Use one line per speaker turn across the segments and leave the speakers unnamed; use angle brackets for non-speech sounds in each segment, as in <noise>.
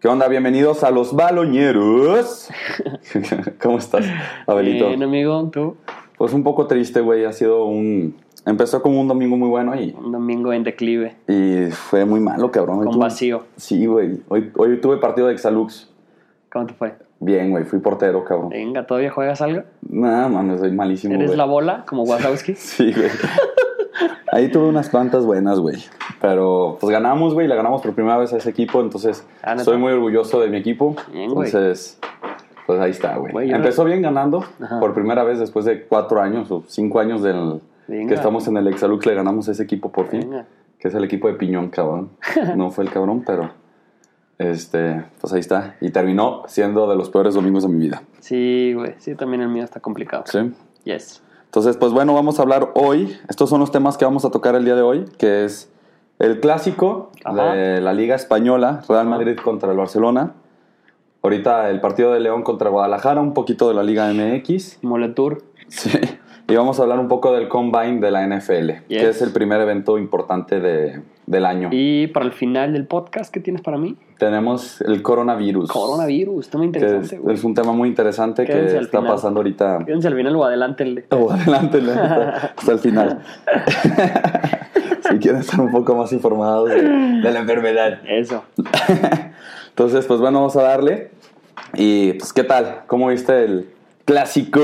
¿Qué onda? Bienvenidos a los baloñeros. <laughs> ¿Cómo estás, Abelito?
Bien, amigo, tú.
Pues un poco triste, güey. Ha sido un. Empezó como un domingo muy bueno y,
Un domingo en declive,
y fue muy malo, cabrón. Hoy
con
tuve-
vacío.
Sí, güey. Hoy, hoy tuve partido de Exalux.
¿Cómo te fue?
Bien, güey. Fui portero, cabrón.
Venga, ¿todavía juegas algo?
Nada, mames, soy malísimo,
¿Eres
güey.
la bola como
<laughs>
Wazowski?
Sí, güey. Ahí tuve unas plantas buenas, güey. Pero pues ganamos, güey. La ganamos por primera vez a ese equipo. Entonces,
Ah, ¿neta?
soy muy orgulloso de mi equipo.
Bien, güey.
entonces, pues ahí está,
Güey,
güey.
yo no-
Empezó bien ganando
Ajá.
por primera vez después de cuatro años o cinco años del
Venga.
que estamos en el Exalux. Le ganamos a ese equipo por fin,
Venga.
que es el equipo de Piñón,
<laughs>
cabrón. No fue el cabrón, pero este, pues ahí está. Y terminó siendo de los peores domingos de mi vida.
Sí, güey. Sí, también el mío está complicado.
Sí.
Yes.
Entonces, pues bueno, vamos a hablar hoy. Estos son los temas que vamos a tocar el día de hoy, que es el clásico
Ajá.
de la Liga Española, Real Madrid contra el Barcelona. Ahorita el partido de León contra Guadalajara, un poquito de la Liga MX.
Moletour.
<laughs> Sí. Y vamos a hablar un poco del Combine de la NFL,
Yes.
que es el primer evento importante de- del año.
Y para el final del podcast, ¿qué tienes para mí?
Tenemos el coronavirus.
Coronavirus. Está muy
Que
interesante,
es,
güey.
es un tema muy interesante
Quédense
que
al
está
final.
pasando ahorita.
Quédense al final o adelántenle.
<laughs> Oh, adelante, ¿no? hasta, hasta el final. <laughs> si quieren estar un poco más informados de, de la enfermedad.
Eso.
Entonces, pues bueno, vamos a darle. Y pues, ¿qué tal? ¿Cómo viste el clásico?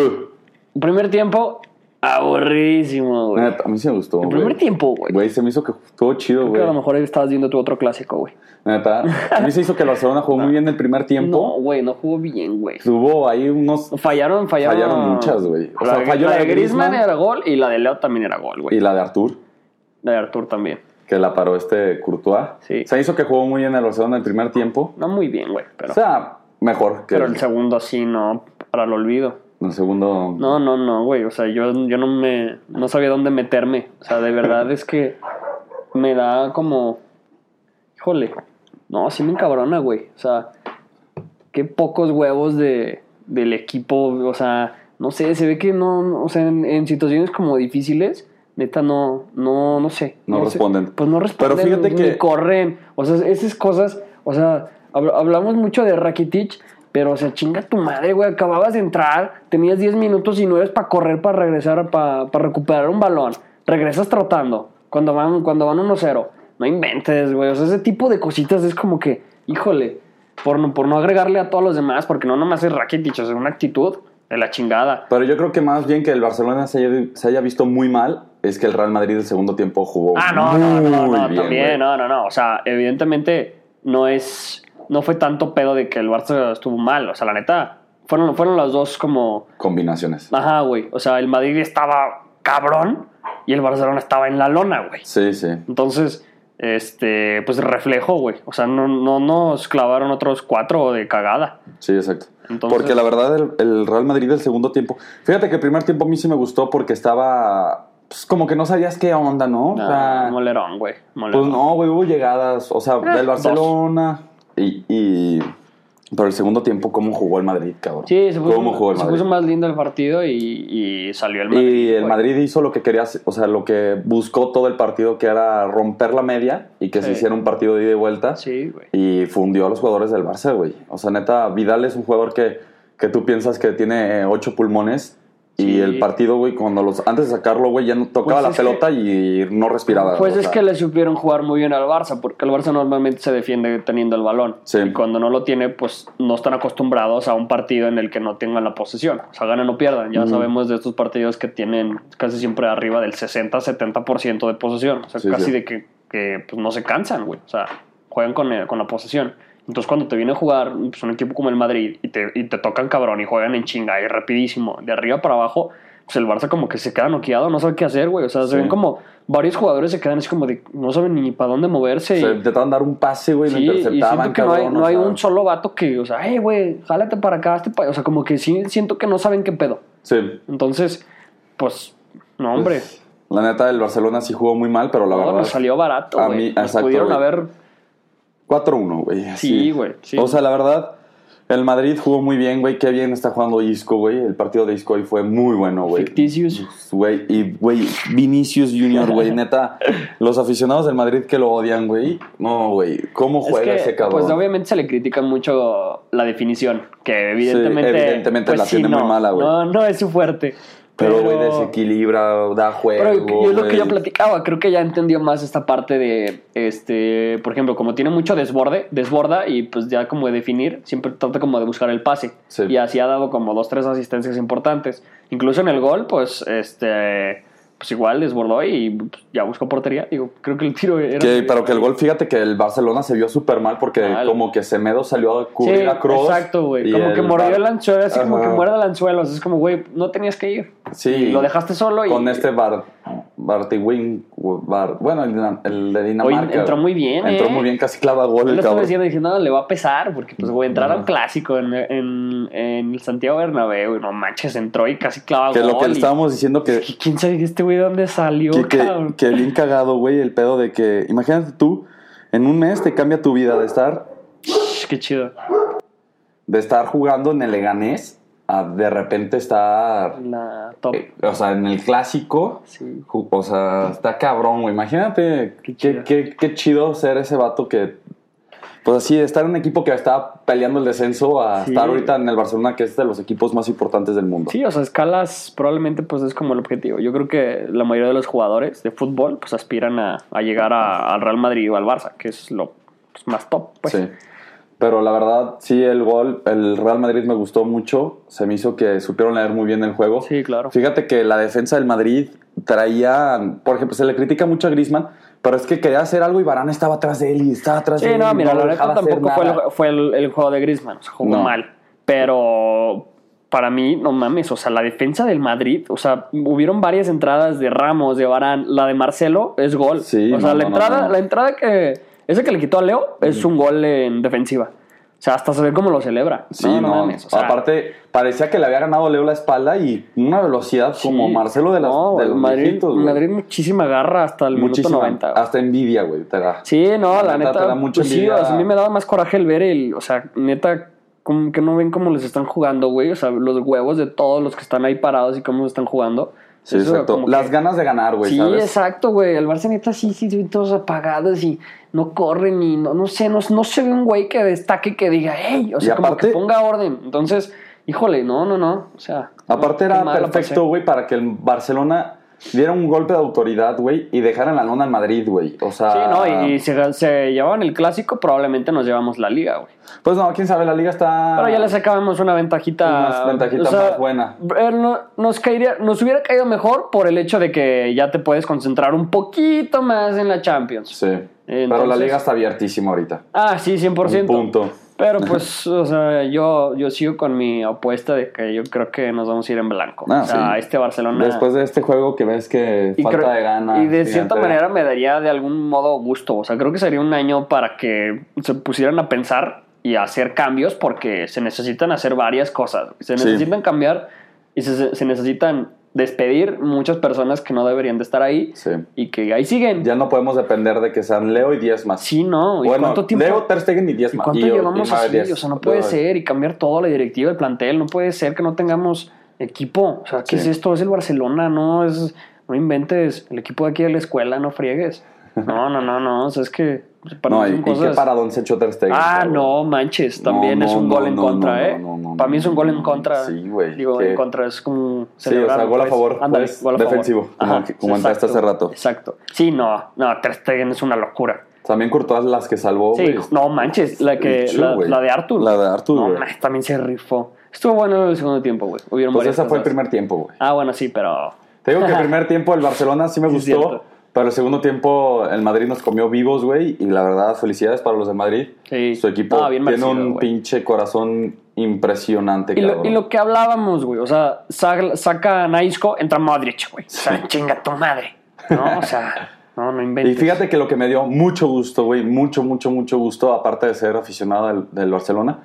Primer tiempo, aburridísimo, güey.
Neta, a mí sí me gustó.
El
güey.
primer tiempo, güey.
Güey, se me hizo que estuvo chido,
Creo que
güey.
a lo mejor ahí estabas viendo tu otro clásico, güey.
Neta, a mí se hizo que el Barcelona jugó muy bien el primer
No,
tiempo.
güey, no jugó bien, güey.
Hubo ahí unos.
Fallaron, fallaron.
Fallaron muchas, güey. O sea,
la,
falló
la
la
de
de
Griezmann
Griezmann.
era gol y la de Leo también era gol, güey.
Y la de Artur,
La de Artur también.
que la paró este Courtois.
Sí.
Se hizo que jugó muy bien el Barcelona el primer tiempo.
No muy bien, güey, pero,
O sea, mejor que
pero el segundo sí, no, para el olvido.
el segundo.
No, no, no, güey. O sea, yo, yo no me. No sabía dónde meterme. O sea, de verdad es que me da como. Híjole. No, sí me encabrona, güey. O sea, qué pocos huevos de, del equipo. O sea, no sé, se ve que no. no, O sea, en, en situaciones como difíciles, neta, no. No, no sé.
No
sé.
responden.
Pues no responden.
Pero fíjate
ni
que-
corren. O sea, esas cosas. O sea, habl- hablamos mucho de Rakitic, pero o sea, chinga tu madre, güey. Acababas de entrar, tenías 10 minutos y no eres para correr, para regresar, para recuperar un balón. Regresas trotando cuando van, cuando van 1-0. No inventes, güey. O sea, ese tipo de cositas es como que, híjole, por no, por no agregarle a todos los demás, porque no nomás es Rakitic, o sea, una actitud de la chingada.
Pero yo creo que más bien que el Barcelona se haya, se haya visto muy mal es que el Real Madrid el segundo tiempo jugó
Ah, no, no, no,
muy
no,
bien,
también,
güey.
no, no, no. O sea, evidentemente no es. No fue tanto pedo de que el Barça estuvo mal. O sea, la neta, fueron, fueron las dos como.
Combinaciones.
Ajá, güey. O sea, el Madrid estaba cabrón y el Barcelona estaba en la lona, güey.
Sí, sí.
Entonces, este, pues reflejo, güey. O sea, no, no nos clavaron otros cuatro de cagada.
Sí, exacto.
Entonces-
porque la verdad, el, el Real Madrid el segundo tiempo. Fíjate que el primer tiempo a mí sí me gustó porque estaba. Pues como que no sabías qué onda, ¿no? O sea,
Ah, molerón, güey.
pues
Molerón.
no, güey, hubo llegadas. O sea,
Ah,
del Barcelona. Y, y. Pero el segundo tiempo, ¿cómo jugó el Madrid, cabrón?
Sí, se puso,
¿Cómo jugó el
se
Madrid?
puso más lindo el partido y, y salió el Madrid.
Y el
güey.
Madrid hizo lo que quería, hacer, o sea, lo que buscó todo el partido, que era romper la media y que se
Sí.
hiciera un partido de ida y vuelta.
Sí, güey.
Y fundió a los jugadores del Barça, güey. O sea, neta, Vidal es un jugador que, que tú piensas que tiene eh, ocho pulmones. Y
Sí.
el partido, güey, cuando los. Antes de sacarlo, güey, ya no tocaba
Pues
la
es que-
pelota y no respiraba.
Pues
o
es
sea.
que le supieron jugar muy bien al Barça, porque el Barça normalmente se defiende teniendo el balón.
Sí.
Y cuando no lo tiene, pues no están acostumbrados a un partido en el que no tengan la posesión. O sea, ganan o pierdan. Ya
Ujú.
sabemos de estos partidos que tienen casi siempre arriba del 60-70% de posesión. O sea,
Sí,
casi
sí.
de que, que, pues, no se cansan, güey. O sea, juegan con, eh, con la posesión. Entonces, cuando te viene a jugar pues, un equipo como el Madrid y te, y te tocan cabrón y juegan en chinga y rapidísimo, de arriba para abajo, pues el Barça como que se queda noqueado, no sabe qué hacer, güey. O sea,
Sí.
se ven como varios jugadores se quedan así como de no saben ni para dónde moverse.
O
y-
sea, intentaban dar un pase, güey,
Sí,
lo
y
interceptaban.
siento que no hay,
cabrón,
no
o
hay
sea.
un solo vato que, o sea, hey, güey, jálate para acá, este pa-". O sea, como que sí, siento que no saben qué pedo.
Sí.
Entonces, pues, no, hombre.
La neta, el Barcelona sí jugó muy mal, pero la
no,
verdad.
nos salió barato,
a
güey.
mí-
Nos
exacto,
pudieron
güey.
haber.
4-1, güey. así.
Sí, güey, sí.
O sea, la verdad, El Madrid jugó muy bien, güey. Qué bien está jugando Isco, güey. El partido de Isco hoy fue muy bueno, güey.
Ficticios.
Güey, y güey, Vinicius Junior, güey,
<laughs>
neta. Los aficionados del Madrid que lo odian, güey. No, güey. ¿Cómo
Es
juega
que,
ese cabrón?
Pues obviamente se le critica mucho la definición, que evidentemente.
evidentemente
pues,
la tiene muy
no,
mala, güey.
No, no es su fuerte.
pero, güey, desequilibra, da juego.
Pero yo es lo que
güey.
yo platicaba, creo que ya entendió más esta parte de, este, por ejemplo, como tiene mucho desborde, desborda y pues ya como de definir, siempre trata como de buscar el pase.
Sí.
Y así ha dado como dos, tres asistencias importantes. Incluso en el gol, pues, este, pues igual desbordó y pues, ya buscó portería. Digo, creo que el tiro era...
Que- pero que el gol, fíjate que el Barcelona se vio súper mal porque
Mal.
como que Semedo salió a
Sí,
cubrir a Kroos.
exacto, güey.
y
Como que mordió el
Bar-
anzuelo, así como
Ajá.
que muerde el anzuelo. o sea, es como, güey, no tenías que ir.
Sí.
Y lo dejaste solo y...
Con este Bar... Bartiwin... Bar, bueno, el, dinam- el de Dinamarca.
Hoy entró muy bien,
Entró
eh.
muy bien, casi clava gol
Yo
el
lo estuve
cabrón.
diciendo, dije, no, le va a pesar, porque pues, güey, entrar a un
Ajá.
clásico en, en, en el Santiago Bernabéu, y no manches, entró y casi clava
Que
gol.
lo que le
y-
estábamos diciendo
<laughs>
que...
y ¿Quién sabe este güey de dónde salió,
Que, que-
cabrón?
que bien cagado, güey, el pedo de que... Imagínate tú, en un mes te cambia tu vida de estar,
Ch, Qué chido.
de estar jugando en el Leganés a de repente estar...
La top,
eh, o sea, en el Clásico...
sí.
ju- O sea, está cabrón, güey. Imagínate qué,
Qué chido.
qué- qué chido ser ese vato que... Pues así, estar en un equipo que está peleando el descenso a
Sí.
estar ahorita en el Barcelona, que es de los equipos más importantes del mundo.
Sí, o sea, escalas probablemente pues es como el objetivo. Yo creo que la mayoría de los jugadores de fútbol pues aspiran a, a llegar a- al Real Madrid o al Barça, que es lo pues, más top, pues.
Sí. Pero la verdad, sí, el gol, el Real Madrid me gustó mucho. Se me hizo que supieron leer muy bien el juego.
Sí, claro.
Fíjate que la defensa del Madrid traía, por ejemplo, se le critica mucho a Griezmann, pero es que quería hacer algo y Barán estaba atrás de él y estaba atrás
Sí,
de él.
no,
y
mira,
lo
la
dejaba
verdad
hacer
tampoco fue,
nada.
el, fue el- el juego de Griezmann, o sea, jugó
No.
mal. Pero para mí, no mames, o sea, la defensa del Madrid, o sea, hubieron varias entradas de Ramos, de Barán, la de Marcelo es gol.
Sí,
o
no,
sea, la
no, no,
entrada,
no.
la entrada que esa que le quitó a Leo es un gol en defensiva. O sea, hasta se ve cómo lo celebra.
Sí, no,
mames, o sea,
aparte parecía que le había ganado Leo la espalda y una velocidad como
sí.
Marcelo de las
No,
de
el
los
Madrid,
viejitos, güey.
Madrid muchísima garra hasta el
Muchísima,
minuto 90. güey.
hasta envidia, güey, te da.
Sí, no, la,
La neta,
neta.
te da mucha
pues sí,
envidia.
o sea, a mí me daba más coraje el ver el. O sea, neta, como que no ven cómo les están jugando, güey. O sea, los huevos de todos los que están ahí parados y cómo están jugando.
Sí,
Eso
exacto.
como
Las
que-
ganas de ganar, güey,
Sí,
¿sabes?
exacto, güey. El Barça neta sí, sí, sí, todos apagados y no corren y no, no sé, no, no se ve un güey que destaque que diga, hey, o
Y
sea, como que
aparte-
ponga orden. Entonces, híjole, no, no, no. O sea, no,
Aparte
qué pues, eh.
era
mal la pasé.
perfecto, güey, para que el Barcelona diera un golpe de autoridad, güey, y dejaran la lona al Madrid, güey. O sea,
Sí, no, y, y se, se llevaban el clásico, probablemente nos llevamos la liga, güey.
pues no, quién sabe, la liga está
Pero ya le sacábamos una ventajita.
Una ventajita más buena.
eh, no- nos, caería, nos hubiera caído mejor por el hecho de que ya te puedes concentrar un poquito más en la Champions.
Sí. Pero la
Entonces-
liga está abiertísima ahorita.
Ah, sí, 100%.
Un punto.
Pero pues, o sea, yo, yo sigo con mi apuesta de que yo creo que nos vamos a ir en blanco.
Ah,
o sea,
sí.
este Barcelona.
Después de este juego que ves que
Y
falta
creo-
de ganas.
Y de cierta
gigante.
manera me daría de algún modo gusto. O sea, creo que sería un año para que se pusieran a pensar y a hacer cambios porque se necesitan hacer varias cosas. Se
Sí.
necesitan cambiar y se, se necesitan despedir muchas personas que no deberían de estar ahí
Sí.
y que ahí siguen.
Ya no podemos depender de que sean Leo y 10 más.
Sí, no. ¿Y
bueno,
cuánto tiempo?
Leo, Ter Stegen y 10
¿Y
más.
cuánto
Y- y
llevamos
Mabel
así?
Díaz.
O sea, no puede
Pero-
ser y cambiar toda la directiva, el plantel, no puede ser que no tengamos equipo. O sea, ¿qué
Sí.
es esto? Es el Barcelona, no es no inventes el equipo de aquí de la escuela, no friegues. No, no, no, no, o sea, es que para
No,
mí
y,
son
y qué
cosas-
paradón se echó Ter Stegen.
Ah,
cabrón.
no, manches,
No,
también es
no,
un
no,
gol en
no,
contra,
no,
¿eh?
no, no,
para mí es un gol en contra.
Sí, güey,
Digo,
qué-
en contra es como
Sí, o sea,
celebrar,
gol a favor,
Ándale,
pues,
gol a favor.
defensivo, como que- como entraste
exacto,
hace rato.
Exacto. Sí, no, no, Ter Stegen es una locura.
También Courtois las que salvó,
Sí,
Oh, güey.
no manches, la, que,
Chill,
la,
güey.
la de Arthur.
La de Arthur,
No,
güey.
mames, también se rifó. Estuvo bueno en el segundo tiempo, güey. Hubieron
Pues
varias
ese fue el
cosas.
primer tiempo, güey.
Ah, bueno, sí, pero.
Te digo que
<laughs>
el primer tiempo el Barcelona sí me
Sí, es
gustó,
cierto.
pero el segundo tiempo el Madrid nos comió vivos, güey, y la verdad, felicidades para los de Madrid.
Sí.
Su equipo
Ah, bien
tiene
merecido,
un
güey.
pinche corazón impresionante,
Y lo,
cabrón.
y lo que hablábamos, güey. O sea, saca, saca a Isco, entra Modric, güey. O sea,
Sí.
chinga tu madre. No, o sea, no, no inventes.
Y fíjate que lo que me dio mucho gusto, güey, mucho, mucho, mucho gusto, aparte de ser aficionado del, del Barcelona,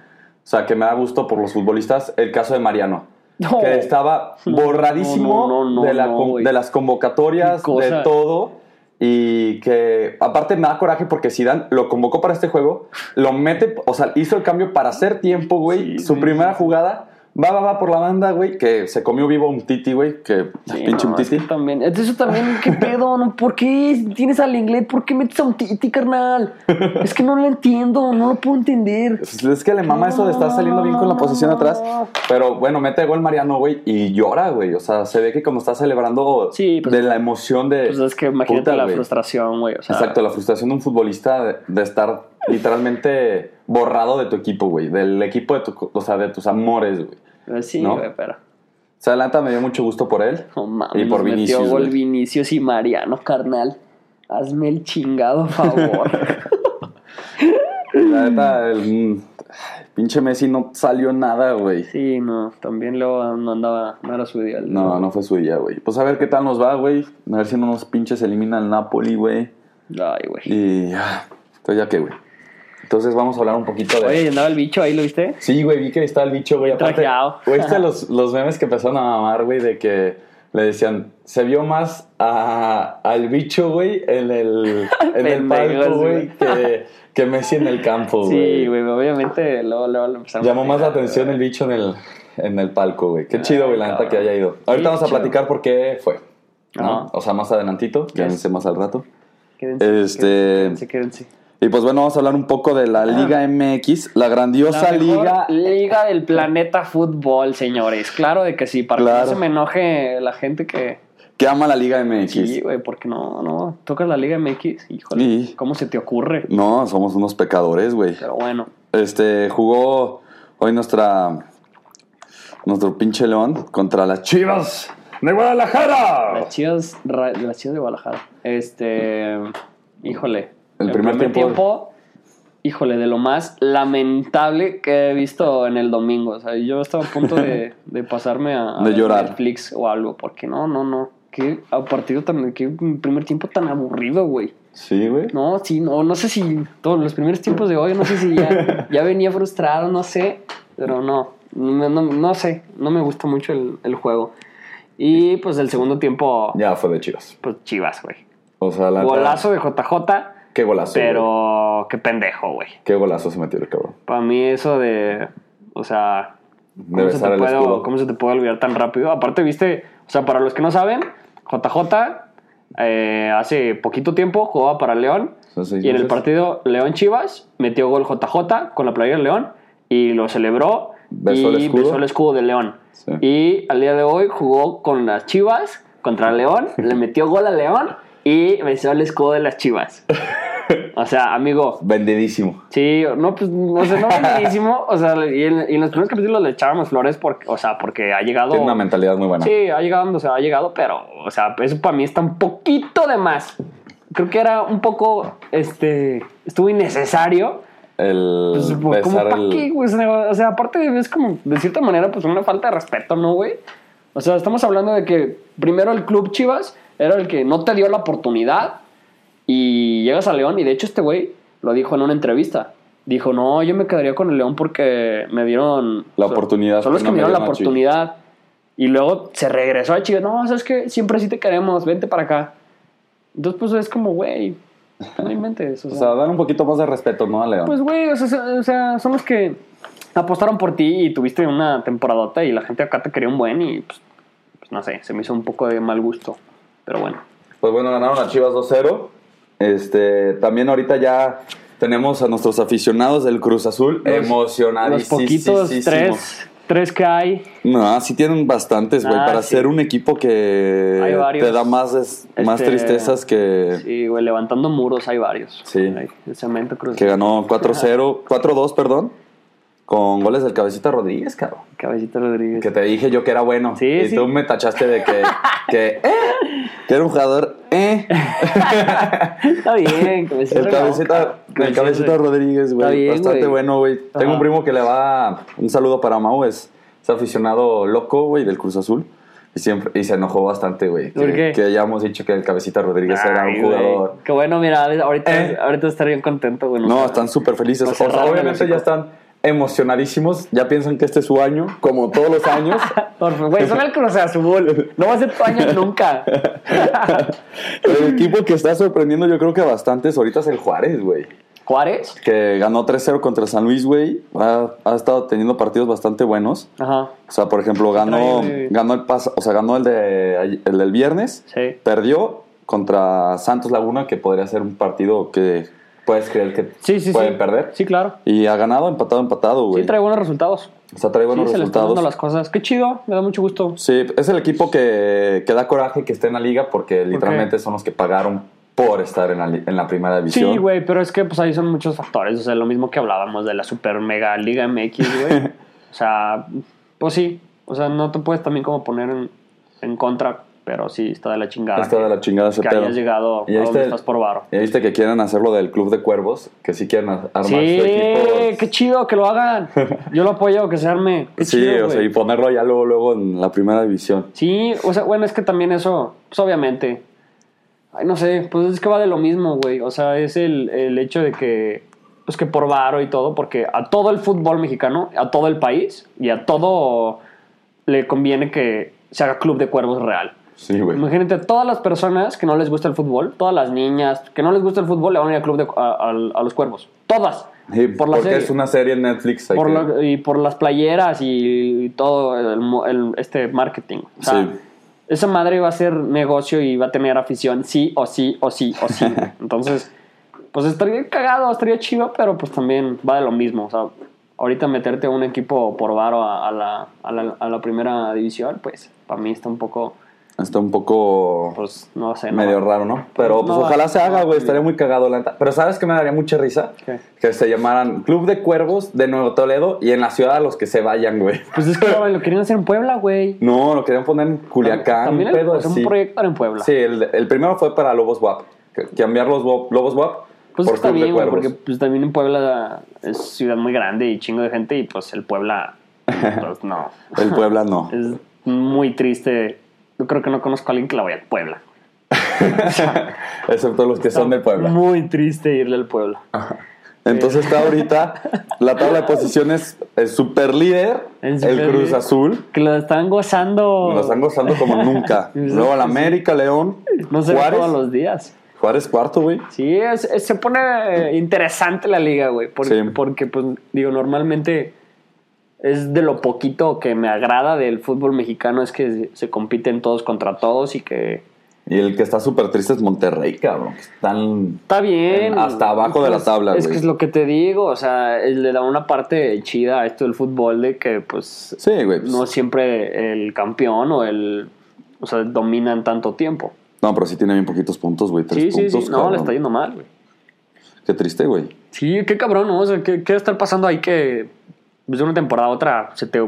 o sea, que me da gusto por los futbolistas, el caso de Mariano.
No.
Que estaba borradísimo
No, no, no, no,
de, la
no,
con-
güey.
de las convocatorias,
Qué cosa.
de todo. Y que aparte me da coraje porque Zidane lo convocó para este juego, lo mete, o sea, hizo el cambio para hacer tiempo, güey.
Sí,
su
sí,
primera
sí.
jugada va, va, va por la banda, güey, que se comió vivo un titi, güey, que
Sí,
pinche
no,
un
es
titi.
que también. es Eso también, ¿qué pedo? No, ¿Por qué tienes al inglés? ¿Por qué metes a un titi, carnal? Es que no lo entiendo, no lo puedo entender.
Pues Es que le mama eso de estar saliendo bien con la posición atrás. Pero bueno, mete gol Mariano, güey, y llora, güey. O sea, se ve que como está celebrando
Sí, pues-
de la emoción de.
Pues es que imagínate
Puta,
la
güey.
frustración, güey. o sea,
Exacto, la frustración de un futbolista de, de estar literalmente borrado de tu equipo, güey. Del equipo de tu, co- o sea, de tus amores, güey.
eh, Sí,
¿no?
güey, pero.
O sea, la neta me dio mucho gusto por él.
No mames,
Y por
nos metió
Vinicius,
gol
güey.
Vinicius y Mariano, carnal. Hazme el chingado favor.
<laughs> La neta, el mm, ay, pinche Messi no salió nada, güey.
sí, no, también luego no andaba, no era su día. el-
No, no fue su día, güey. Pues a ver qué tal nos va, güey. A ver si no nos pinches elimina el Napoli, güey.
Ay, güey.
Y ah, entonces ya qué, güey. Entonces vamos a hablar un poquito de.
Oye, andaba el bicho ahí, ¿lo viste?
Sí, güey, vi que está el bicho, güey. Aparte, <laughs>
Trajeado.
güey, ¿viste los, los memes que empezaron a mamar, güey, de que le decían, se vio más a- al bicho, güey, en
<laughs>
el, en el
Pendejos,
palco, güey,
güey.
que, que Messi en el campo,
Sí, güey, obviamente luego, luego lo empezamos
Oh, Llamó
a
más la
tirar,
atención el bicho en el, en el palco, güey. Qué
Ay,
chido, güey, la neta
cabrón.
que haya ido. Ahorita
Sí,
vamos a
chido.
platicar por qué fue. ¿no?
Ajá.
O sea, más adelantito, quédense más al rato.
Quédense,
Este-
quédense, quédense.
Y pues bueno, vamos a hablar un poco de la Liga MX, la grandiosa
La mejor
liga.
liga del planeta fútbol, señores. Claro de que sí, para que
Claro.
no se me enoje la gente que...
que ama la Liga MX.
Sí, güey, porque no, no, tocas la Liga MX, híjole,
Sí.
¿cómo se te ocurre?
No, somos unos pecadores, güey.
Pero bueno,
Este, jugó hoy nuestra. Nuestro pinche león contra las chivas de Guadalajara.
las chivas, ra- las chivas de Guadalajara. Este, híjole.
El primer tiempo-
híjole, de lo más lamentable que he visto en el domingo. O sea, yo estaba a
<laughs>
punto de, de pasarme a, a
De
ver
llorar.
Netflix o algo, porque no, no, no. Qué a partido tan, qué primer tiempo tan aburrido, güey.
Sí, güey.
No, sí, no, no sé si todos los primeros tiempos de hoy, no sé si ya, ya venía frustrado, no sé, pero no, no, no- no sé, no me gusta mucho el, el juego. Y pues el segundo tiempo,
Ya fue de chivas.
pues chivas, güey.
O sea, la.
Golazo de JJ,
Qué golazo. güey.
pero qué pendejo, güey.
Qué golazo se metió el cabrón.
Para mí eso de, o sea,
De
¿cómo se,
besar
te
el
puede,
escudo.
¿cómo se te puede olvidar tan rápido? Aparte, viste, o sea, para los que no saben, JJ eh, hace poquito tiempo jugaba para León.
Son seis
Y en el
meses.
partido León Chivas metió gol JJ con la playera de León y lo celebró
Besó
y
el escudo.
besó el escudo de León.
Sí.
Y al día de hoy jugó con las Chivas contra León, le metió gol a León y besó el escudo de las Chivas. O sea, amigo,
Vendidísimo.
sí, no, pues, o sea, no buenísimo. O sea, y en, y en los primeros capítulos le echábamos flores, porque, o sea, porque ha llegado.
Tiene una mentalidad muy buena.
Sí, ha llegado, o sea, ha llegado, pero, o sea, eso para mí está un poquito de más. Creo que era un poco, este, estuvo innecesario.
El
Pues, güey, como
besar
para
el.
qué, güey? O sea, o sea, aparte es como, de cierta manera, pues una falta de respeto, ¿no, güey? O sea, estamos hablando de que primero el club Chivas era el que no te dio la oportunidad y llegas a León y de hecho este güey lo dijo en una entrevista. Dijo, no, yo me quedaría con el León porque me dieron...
La
so-
oportunidad, pues,
Son los
no
que me
me
dieron la
dieron a Chivas".
oportunidad. Y luego se regresó a Chivas. No, sabes que siempre sí te queremos, vente para acá. Entonces, pues es como, güey, no inventes.
<laughs> O sea, dar un poquito más de respeto, ¿no, a León?
pues, güey, o sea, so- o sea, son los que apostaron por ti y tuviste una temporadota y la gente acá te quería un buen y, pues, pues, no sé, se me hizo un poco de mal gusto. Pero bueno.
Pues bueno, ganaron a Chivas 2-0. Este, también ahorita ya tenemos a nuestros aficionados del Cruz Azul
Los-
emocionadísimos.
los poquitos tres, tres que hay,
No, sí tienen bastantes, güey.
Ah,
para
sí.
ser un equipo
Hay
que
varios.
te da más, des- más
Este,
tristezas que,
sí, güey, levantando muros hay varios.
Sí.
Hay el cemento cruz.
que ganó 4-0, 4-2, perdón, con goles del Cabecita Rodríguez, cabrón.
Cabecita Rodríguez.
Que te dije yo que era bueno.
Sí,
y
sí.
tú me tachaste de que, que, eh, que era un jugador, eh.
<laughs> Está bien, Cabecita.
El cabecita, el cabecita Rodríguez,
Está
güey.
bien,
Bastante
güey.
bueno, güey. Tengo un
Ajá.
primo que le va. Un saludo para Mau, es, es aficionado loco, güey, del Cruz Azul. Y siempre y se enojó bastante, güey.
¿Por
que,
qué?
que hayamos dicho que el cabecita Rodríguez era un jugador.
Que bueno, mira, ahorita,
Eh.
ahorita estaré bien contento, güey.
No, están súper felices.
No
O sea,
se rasgan el
obviamente ya
hocico.
están emocionadísimos, ya piensan que este es su año, como todos los
<laughs>
años.
Por favor, güey, son el Cruz Azul. No va a ser tu año
<laughs>
nunca.
el equipo que está sorprendiendo yo creo que bastantes ahorita es el Juárez, güey.
¿Juárez?
Que ganó 3-0 contra San Luis, güey. Ha, ha estado teniendo partidos bastante buenos.
Ajá.
O sea, por ejemplo, ganó,
Trae, güey.
ganó el pas- o sea, ganó el de ay- el del viernes,
Sí.
perdió contra Santos Laguna, que podría ser un partido que puedes creer que
Sí, sí,
pueden
sí.
perder.
Sí, claro.
Y ha ganado, empatado, empatado, güey.
Sí, trae buenos resultados.
o sea, trae buenos
sí, se le están dando
resultados.
las cosas. Qué chido, me da mucho gusto.
Sí, es el equipo que, que da coraje que esté en la liga porque literalmente son los que pagaron por estar en la, li- en la primera división.
Sí, güey, pero es que pues ahí son muchos factores. O sea, lo mismo que hablábamos de la Super Mega Liga MX,
<laughs>
güey. o sea, pues sí. O sea, no te puedes también como poner en, en contra, pero sí está de la chingada.
Está
que-
de la chingada ese
que
pedo.
hayas llegado
Y ahí
a donde
está el-
estás por varo.
Ya viste que quieren hacer lo del Club de Cuervos, que sí quieren a- armar
Sí,
su equipo.
qué chido que lo
<laughs>
hagan. Yo lo apoyo, que se arme. Qué
sí,
chido,
o sea,
güey.
y ponerlo ya luego, luego en la primera división.
Sí, o sea, bueno, es que también eso, pues obviamente. Ay, no sé, pues es que va de lo mismo, güey. O sea, es el, el hecho de que, pues que por varo y todo, porque a todo el fútbol mexicano, a todo el país y a todo le conviene que se haga club de cuervos real.
Sí, güey.
Imagínate, a todas las personas que no les gusta el fútbol, todas las niñas que no les gusta el fútbol, le van a ir al club de, a, al- a los cuervos. Todas.
Sí,
por la
porque
serie.
es una serie en Netflix. hay
Por
que-
la- y por las playeras y todo el, mo- el- este marketing. O sea,
Sí.
esa madre va a ser negocio y va a tener afición, sí o sí o sí
<laughs>
o sí. Entonces, pues estaría cagado, estaría chido, pero pues también va de lo mismo. O sea, ahorita meterte a un equipo por varo a, a la, a, la, a la primera división, pues para mí está un poco,
Está un poco
pues no sé. no
medio
va.
raro, ¿no? Pero pues
No,
ojalá se
no,
haga, güey.
sí.
Estaría muy cagado, la neta. Pero ¿sabes que me daría mucha risa?
¿Qué?
Que se llamaran Club de Cuervos de Nuevo Toledo y en la ciudad a los que se vayan, güey. <laughs>
Pues es que lo querían hacer en Puebla, güey.
No, lo querían poner en Culiacán.
También
un
el-
pedo
o sea,
así.
un proyecto era en Puebla.
Sí, el, el primero fue para Lobos WAP. que- Cambiar los Wo- Lobos WAP
Pues
por
está
Club de
bien, güey,
Cuervos.
porque pues, también en Puebla es ciudad muy grande y chingo de gente y pues
<laughs>
el Puebla, pues no,
El Puebla
<laughs>
no.
es muy triste. Yo creo que no conozco a alguien que la vaya al Puebla.
Excepto los que son del Puebla.
Muy triste irle al Puebla.
Entonces está
<laughs>
ahorita la tabla de posiciones el super líder,
El
el,
superlíder.
Cruz Azul.
Que lo están gozando.
Lo están gozando
<laughs>
como nunca.
Sí, sí,
Luego el
sí.
América, León,
No se ve
Juárez.
todos los días.
Juárez cuarto, güey.
Sí, es- es- se pone eh, interesante la liga, güey. por-
Sí.
Porque, pues, digo, normalmente es de lo poquito que me agrada del fútbol mexicano es que se- se compiten todos contra todos y que
Y el que está súper triste es Monterrey, cabrón. que Están...
Está bien.
En- hasta abajo de la tabla,
Es
güey.
que es lo que te digo, o sea, él le da una parte chida a esto del fútbol de que, pues,
Sí, güey. pues,
no
No.
siempre el campeón o el. O sea, dominan tanto tiempo.
pero sí tiene bien poquitos puntos, güey. Tres
Sí, sí,
puntos,
sí. No, le
cabrón.
está yendo mal, güey.
Qué triste, güey.
Sí, qué cabrón, ¿no? O sea, ¿qué, qué va a estar pasando ahí que pues, de una temporada a otra se te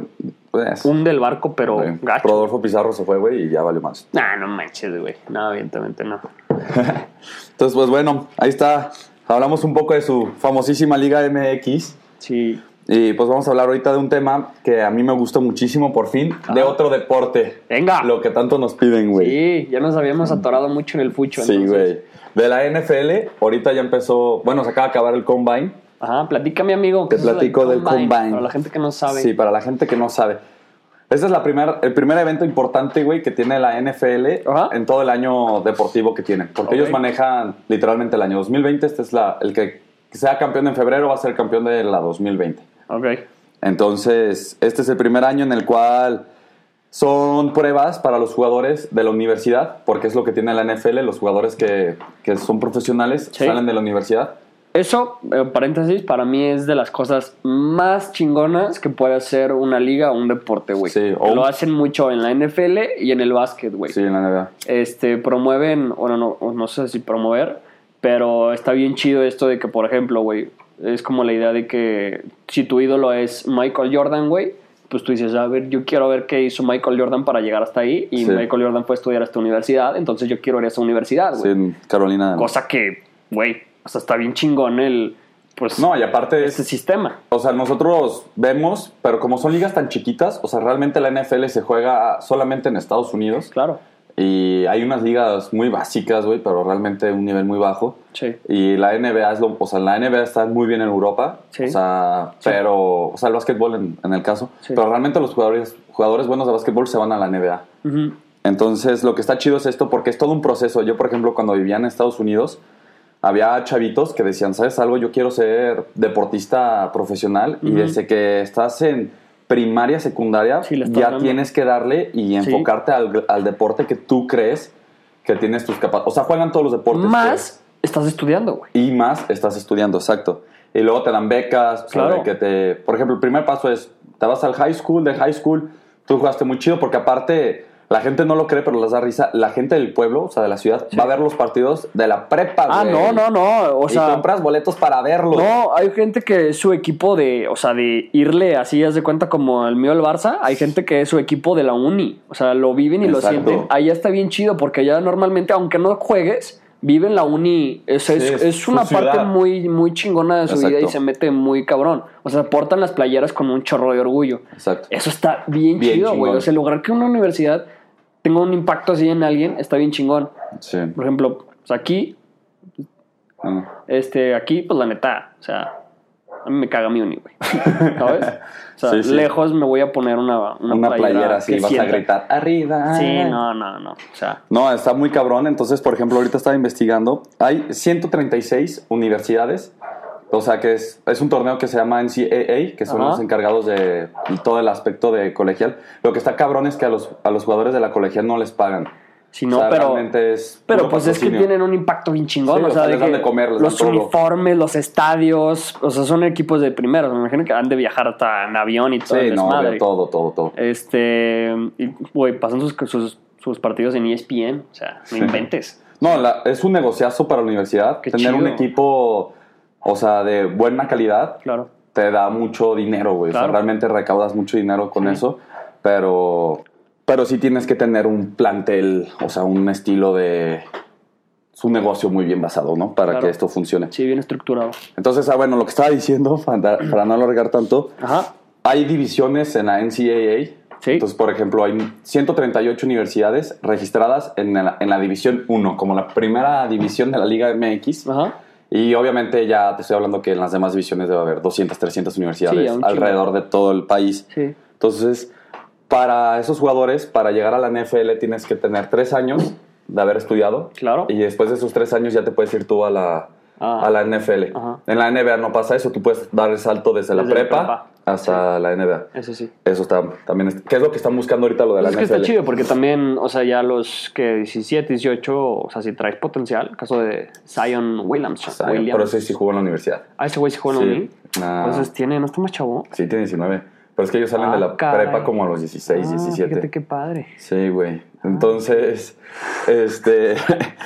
Pues,
hunde el barco, pero
güey.
gacho?
Rodolfo Pizarro se fue, güey, y ya valió más.
Nah, no manches, güey. No, evidentemente no.
Entonces, pues bueno, ahí está. Hablamos un poco de su famosísima Liga MX.
Sí.
Y pues vamos a hablar ahorita de un tema que a mí me gusta muchísimo, por fin, de otro deporte.
Ah. Venga.
Lo que tanto nos piden, güey.
Sí, ya nos habíamos atorado mucho en el fucho.
Sí,
entonces.
güey. De la NFL, ahorita ya empezó, bueno, se acaba de acabar el combine.
Ajá, platícame, amigo.
Te
¿qué es eso
platico del combine.
Para la gente que no sabe.
Sí, para la gente que no sabe. Este es la primer, el primer evento importante, güey, que tiene la NFL
Ajá.
en todo el año deportivo que tienen. Porque
Ok.
ellos manejan literalmente el año 2020. Este es la, el que sea campeón en febrero va a ser campeón de la 2020.
Ok.
Entonces, este es el primer año en el cual son pruebas para los jugadores de la universidad, porque es lo que tiene la NFL, los jugadores que, que son profesionales
Sí.
salen de la universidad.
Eso, eh, paréntesis, para mí es de las cosas más chingonas que puede hacer una liga o un deporte, güey.
Sí, o
Lo
un-
hacen mucho en la NFL y en el básquet, güey.
Sí, en la NBA.
Este, promueven, bueno, no, o no sé si promover, pero está bien chido esto de que, por ejemplo, güey, es como la idea de que si tu ídolo es Michael Jordan, güey, pues tú dices, a ver, yo quiero ver qué hizo Michael Jordan para llegar hasta ahí y
Sí.
Michael Jordan fue a estudiar a esta universidad, entonces yo quiero ir a esa universidad, Ah, güey.
Sí, en Carolina.
Cosa que, güey, o sea, está bien chingón el, pues,
No, y aparte
este
es,
sistema.
o sea, nosotros vemos, pero como son ligas tan chiquitas, o sea, realmente la NFL se juega solamente en Estados Unidos.
Claro.
Y hay unas ligas muy básicas, güey, pero realmente un nivel muy bajo.
Sí.
Y la NBA es lo, o sea, la NBA está muy bien en Europa,
Sí.
o sea, pero, o sea, el básquetbol en, en el caso,
Sí.
pero realmente los jugadores, jugadores buenos de básquetbol se van a la NBA.
Ujú.
Entonces, lo que está chido es esto porque es todo un proceso. Yo, por ejemplo, cuando vivía en Estados Unidos, había chavitos que decían, ¿sabes algo? Yo quiero ser deportista profesional y
Ujú.
desde que estás en primaria, secundaria,
Sí, le estás
ya
dando.
tienes que darle y enfocarte al, al deporte que tú crees que tienes tus capacidades. O sea, juegan todos los deportes. pues.
Más estás estudiando, güey.
Y más estás estudiando, exacto. Y luego te dan becas, o sea,
Claro.
de que te... Por ejemplo, el primer paso es, te vas al high school, de high school, tú jugaste muy chido, porque aparte, la gente no lo cree, pero les da risa, la gente del pueblo, o sea, de la ciudad, va a ver los partidos de la prepa,
Ah,
güey.
no, no, no. O
y
sea,
compras boletos para verlos.
No, hay gente que es su equipo de, o sea, de irle así, haz de cuenta como el mío el Barça, hay gente que es su equipo de la uni, o sea, lo viven y
Exacto.
lo sienten. Allá está bien chido porque allá normalmente, aunque no juegues, viven la uni, es, es-
Sí, es
es
su
una parte
ciudad.
muy, muy chingona de su vida y
Exacto.
se mete muy cabrón. O sea, portan las playeras con un chorro de orgullo.
Exacto.
Eso está bien,
Bien
chido, güey.
chingón.
O sea, lograr que una universidad tenga un impacto así en alguien está bien chingón.
Sí.
Por ejemplo, o sea, aquí
Mm.
este, aquí, pues la neta, o sea, a mí me caga mi uni,
<laughs>
güey. ¿Sabes? O sea,
Sí, sí.
lejos me voy a poner una, una,
Una playera así,
que
vas a
sienta-
gritar, arriba.
Sí, no, no, no. O sea,
No, está muy cabrón. Entonces, por ejemplo, ahorita estaba investigando. Hay 136 universidades. O sea, que es, es un torneo que se llama NCAA, que son
Ajá.
los encargados de todo el aspecto de colegial. Lo que está cabrón es que a los, a los jugadores de la colegial no les pagan.
si no,
O sea,
pero.
realmente es
Pero
puro
pues es que
patrocinio.
tienen un impacto bien chingón.
Sí,
o
o
sea,
sea,
de
les dan
que
de comer, les dan
los
todo.
uniformes, los estadios. O sea, son equipos de primeros. Me imagino que han de viajar hasta en avión y todo.
Sí,
el
no,
desmadre.
de todo, todo, todo.
Este. y, Güey, pasan sus, sus, sus partidos en E ESPN. O sea, no
Sí.
inventes.
No, la- es un negociazo para la universidad.
Qué
Tener un
chido.
equipo, o sea, de buena calidad
Claro.
te da mucho dinero, güey. O sea,
Claro.
realmente recaudas mucho dinero con eso, pero, pero sí tienes que tener un plantel, o sea, un estilo de... Es un negocio muy bien basado, ¿no? Para
Claro.
que esto funcione.
Sí, bien estructurado.
Entonces, ah, bueno, lo que estaba diciendo, <laughs> para, para no alargar tanto,
Ajá.
hay divisiones en la NCAA.
Sí.
Entonces, por ejemplo, hay 138 universidades registradas en la, en la División 1, como la primera división de la Liga MX.
Ajá.
Y obviamente ya te estoy hablando que en las demás divisiones debe haber 200, 300
Sí,
universidades
un chingo.
alrededor de todo el país.
Sí.
Entonces, para esos jugadores, para llegar a la NFL tienes que tener tres años de haber estudiado.
Claro.
Y después de esos tres años ya te puedes ir tú a la,
Ah.
a la NFL.
Ajá.
En la NBA no pasa eso, tú puedes dar el salto desde, la
Desde la
prepa,
prepa.
hasta la NBA.
Eso sí.
Eso está también. es- ¿Qué es lo que están buscando ahorita lo de la
es
NFL?
que está chido porque también, o sea, ya los que 17, 18, o sea, si traes potencial, el caso de Zion Williams.
O sea,
Williams.
Pues, ah, Pero ese sí jugó en la universidad.
Ah, ese güey se juega en la
Sí.
uni.
Ah.
Entonces tiene, no está más chavo.
Sí, tiene 19. Pero es que ellos salen
Ah,
de la
caray.
prepa como a los 16,
Ah,
17.
Fíjate qué padre.
Sí, güey. Entonces, este. <laughs>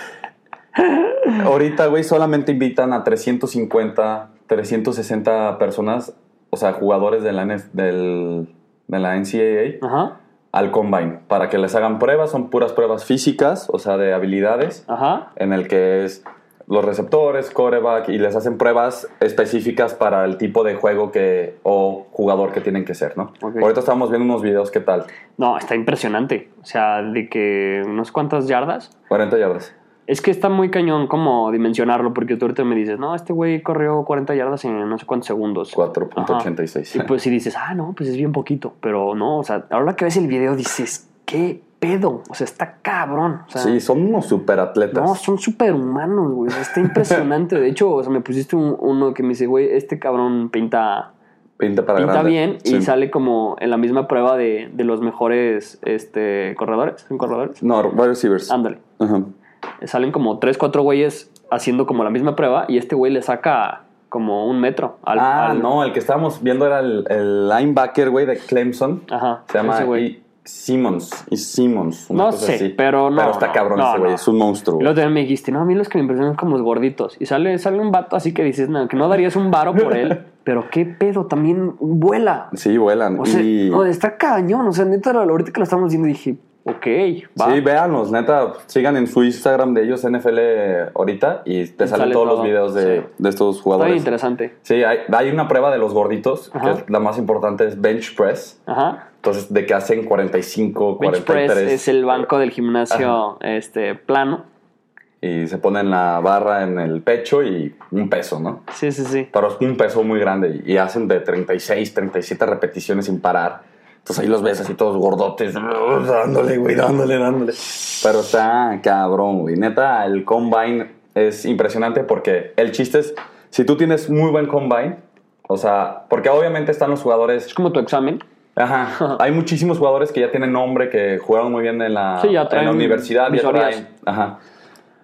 ahorita, güey, solamente invitan a 350, 360 personas, o sea, jugadores de la, NF del, de la NCAA,
Ajá,
al combine para que les hagan pruebas. Son puras pruebas físicas, o sea, de habilidades,
ajá.
en el que es los receptores, coreback, y les hacen pruebas específicas para el tipo de juego que o jugador que tienen que ser, ¿no?
Ok.
Ahorita estamos viendo unos videos, ¿qué tal?
No, está impresionante. O sea, de que unas cuantas yardas.
40 yardas.
Es que está muy cañón como dimensionarlo porque tú ahorita me dices, no, este güey corrió 40 yardas en no sé cuántos segundos. Y
4.86.
pues si dices, ah, no, pues es bien poquito. Pero no, o sea, ahora que ves el video dices, ¿qué pedo? O sea, está cabrón. O sea,
sí, son unos superatletas.
pues, ah. no, son superhumanos, güey. O sea, está impresionante. De hecho, o sea, me pusiste un- uno que me dice, güey, este cabrón pinta,
pinta para
pinta
grande.
bien y
Sí.
sale como en la misma prueba de, de los mejores este, corredores. ¿Son corredores?
No, wide receivers.
Ándale.
Ajá.
Salen como tres, cuatro güeyes haciendo como la misma prueba y este güey le saca como un metro al.
ah,
al-
no, el que estábamos viendo era el, el linebacker, güey, de Clemson.
Ajá.
Se llama
Ah, ese güey.
I- Simmons. Y Simmons. una
No
cosa
sé,
así.
pero no,
Pero está
no,
cabrón
no,
ese güey,
no.
es un monstruo.
Y luego también me dijiste, no, a mí los que me impresionan son como los gorditos. Y sale, sale un vato así que dices, no, que no darías un varo por él,
<laughs>
pero qué pedo, también vuela.
Sí, vuelan.
O sea,
y...
no, está cañón. O sea, neta, ahorita que lo estamos diciendo dije, Ok, va.
Sí, véanlos, neta, sigan en su Instagram de ellos, NFL ahorita, y te
Y
salen
sale
todos
todo.
los videos de,
Sí.
de estos
Está bien
jugadores.
interesante.
Sí, hay, hay una prueba de los gorditos,
Ajá.
que es la más importante es bench press.
Ajá.
Entonces, de que hacen 45,
Bench
43.
press es el banco del gimnasio este plano.
Y se ponen la barra en el pecho y un peso, ¿no?
Sí, sí, sí.
Pero es un peso muy grande y y hacen de 36, 37 repeticiones sin parar. Entonces ahí los ves así todos gordotes, dándole, güey, dándole, dándole. Pero está cabrón, güey. Neta, el combine es impresionante porque el chiste es, si tú tienes muy buen combine, o sea, porque obviamente están los jugadores
Es como tu examen. <laughs>
Ajá. Hay muchísimos jugadores que ya tienen nombre, que jugaron muy bien en la,
Sí, ya
en
traen
la universidad, ya
visorías.
traen. Ajá.